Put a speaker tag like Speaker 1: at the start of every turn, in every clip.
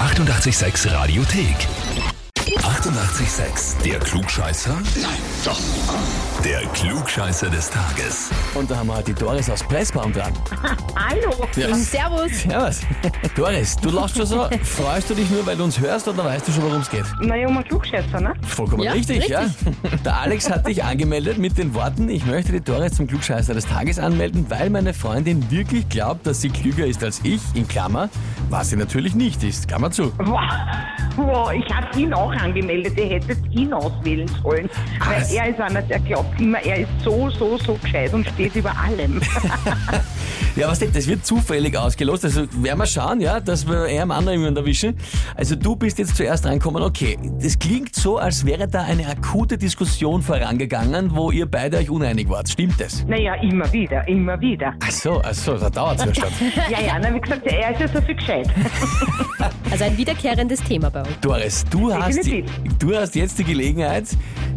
Speaker 1: 886 Radiothek. 88,6. Der Klugscheißer? Nein, doch. Der Klugscheißer des Tages.
Speaker 2: Und da haben wir die Doris aus Pressbaum dran.
Speaker 3: Hallo.
Speaker 2: Ja.
Speaker 4: Servus.
Speaker 2: Servus. Doris, du lachst schon so. Freust du dich nur, weil du uns hörst oder weißt du schon, worum es geht?
Speaker 3: Naja, um einen Klugscheißer, ne?
Speaker 2: Vollkommen
Speaker 4: Ja,
Speaker 2: richtig, ja. Der Alex hat dich angemeldet mit den Worten, ich möchte die Doris zum Klugscheißer des Tages anmelden, weil meine Freundin wirklich glaubt, dass sie klüger ist als ich, in Klammer, was sie natürlich nicht ist, Klammer zu.
Speaker 3: Wow. Wow, ich habe ihn auch angemeldet. Ihr hättet ihn auswählen sollen. Weil
Speaker 2: Was?
Speaker 3: er ist einer, der glaubt immer, er ist so, so, so gescheit und steht über allem.
Speaker 2: Ja, was denn, das wird zufällig ausgelost, also werden wir schauen, ja, dass wir eher am anderen jemanden erwischen. Also du bist jetzt zuerst reinkommen, okay, das klingt so, als wäre da eine akute Diskussion vorangegangen, wo ihr beide euch uneinig wart, stimmt das?
Speaker 3: naja, immer wieder, immer wieder.
Speaker 2: Ach so, ach so, da dauert's ja schon.
Speaker 3: Ja, ja, na, wie gesagt, er ist ja so viel gescheit.
Speaker 4: Also ein wiederkehrendes Thema bei uns.
Speaker 2: Doris, du hast, die,
Speaker 3: Definitiv.
Speaker 2: du hast jetzt die Gelegenheit,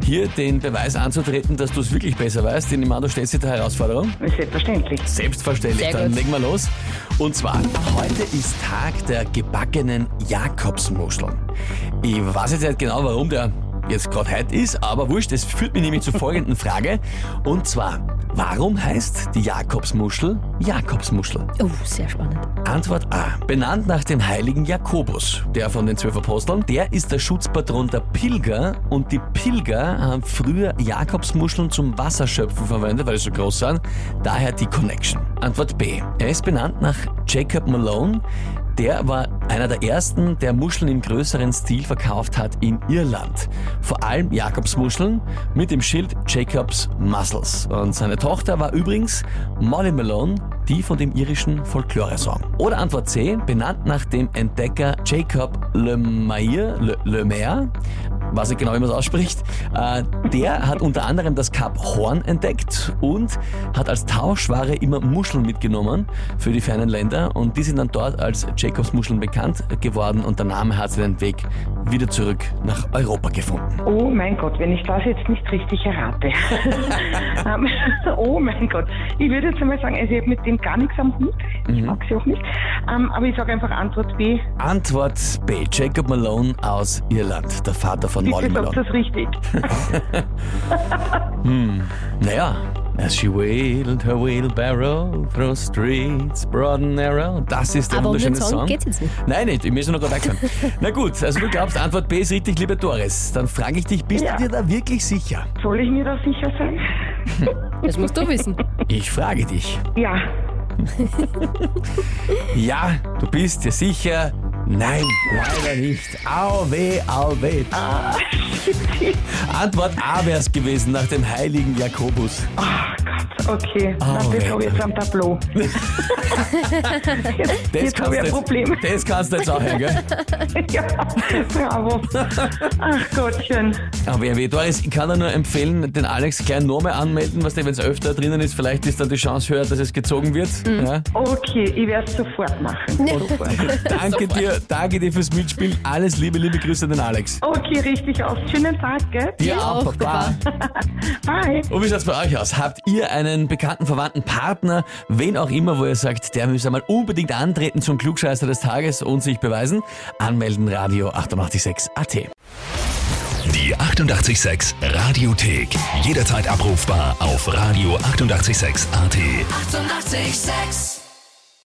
Speaker 2: hier den Beweis anzutreten, dass du es wirklich besser weißt. Denn Imando stellst dir der Herausforderung.
Speaker 3: Selbstverständlich.
Speaker 2: Selbstverständlich,
Speaker 4: Sehr
Speaker 2: dann
Speaker 4: gut.
Speaker 2: legen wir los. Und zwar, heute ist Tag der gebackenen Jakobsmuscheln. Ich weiß jetzt nicht genau, warum der jetzt gerade heute ist, aber wurscht, das führt mich nämlich zur folgenden Frage. Und zwar, warum heißt die Jakobsmuschel Jakobsmuschel?
Speaker 4: Oh, sehr spannend.
Speaker 2: Antwort A. Benannt nach dem heiligen Jakobus, der von den zwölf Aposteln. Der ist der Schutzpatron der Pilger und die Pilger haben früher Jakobsmuscheln zum Wasserschöpfen verwendet, weil sie so groß sind. Daher die Connection. Antwort B. Er ist benannt nach Jacob Malone. Der war einer der ersten, der Muscheln im größeren Stil verkauft hat in Irland. Vor allem Jakobsmuscheln mit dem Schild Jacobs Muscles. Und seine Tochter war übrigens Molly Malone, die von dem irischen Folklore-Song. Oder Antwort C, benannt nach dem Entdecker Jacob Lemaire, Le, Lemaire weiß ich genau, wie man es ausspricht. Äh, der hat unter anderem das Kap Horn entdeckt und hat als Tauschware immer Muscheln mitgenommen für die fernen Länder und die sind dann dort als Jacobsmuscheln bekannt geworden und der Name hat seinen Weg wieder zurück nach Europa gefunden.
Speaker 3: Oh mein Gott, wenn ich das jetzt nicht richtig errate. Ähm, oh mein Gott. Ich würde jetzt einmal sagen, also ich habe mit dem gar nichts am Hut. Ich mag sie auch nicht. Ähm, aber ich sage einfach Antwort B.
Speaker 2: Antwort B, Jacob Malone aus Irland, der Vater von Molly
Speaker 3: Bitte
Speaker 2: Malone.
Speaker 3: sagt das richtig.
Speaker 2: Naja, as she wheeled her wheelbarrow through streets broad and narrow. Das ist der
Speaker 4: Aber um den
Speaker 2: wunderschöne
Speaker 4: Song geht's jetzt nicht.
Speaker 2: Nein, nicht. Ich muss nur noch weg sein. Na gut, also du glaubst, Antwort B ist richtig, liebe Doris. Dann frage ich dich, bist
Speaker 3: Ja.
Speaker 2: du dir da wirklich sicher?
Speaker 3: Soll ich mir da sicher sein?
Speaker 4: Das musst du wissen.
Speaker 2: Ich frage dich.
Speaker 3: Ja,
Speaker 2: Ja, du bist dir sicher? Nein, leider nicht. Au weh, au weh.
Speaker 3: Ah.
Speaker 2: Antwort A wäre es gewesen nach dem heiligen Jakobus.
Speaker 3: Gott, Ah, okay. Na,
Speaker 2: Oh,
Speaker 3: das
Speaker 2: ja.
Speaker 3: habe ich jetzt am Tableau. jetzt
Speaker 2: Das
Speaker 3: jetzt
Speaker 2: kannst du
Speaker 3: habe ich ein
Speaker 2: jetzt-
Speaker 3: Problem.
Speaker 2: Das kannst du jetzt auch hören, gell?
Speaker 3: ja, bravo. Ach Gottchen.
Speaker 2: Aber ja, weh, Ah, Doris, ich kann dir nur empfehlen, den Alex gleich nochmal anmelden, was wenn es öfter drinnen ist, vielleicht ist dann die Chance höher, dass es gezogen wird. Ja.
Speaker 3: Okay, ich werde es sofort machen.
Speaker 2: Danke dir, danke dir fürs Mitspielen. Alles Liebe, liebe Grüße an den Alex.
Speaker 3: Okay, richtig aus. Schönen Tag, gell?
Speaker 2: Dir
Speaker 4: auch, Baba.
Speaker 3: Bye.
Speaker 2: Und wie schaut's bei euch aus? Habt ihr einen bekannten, verwandten Partner, wen auch immer, wo ihr sagt, der müsste mal unbedingt antreten zum Klugscheißer des Tages und sich beweisen? Anmelden, Radio 886 AT.
Speaker 1: Die 88,6 Radiothek. Jederzeit abrufbar auf radio886.at. 88,6.
Speaker 5: Eighty-eight, sex.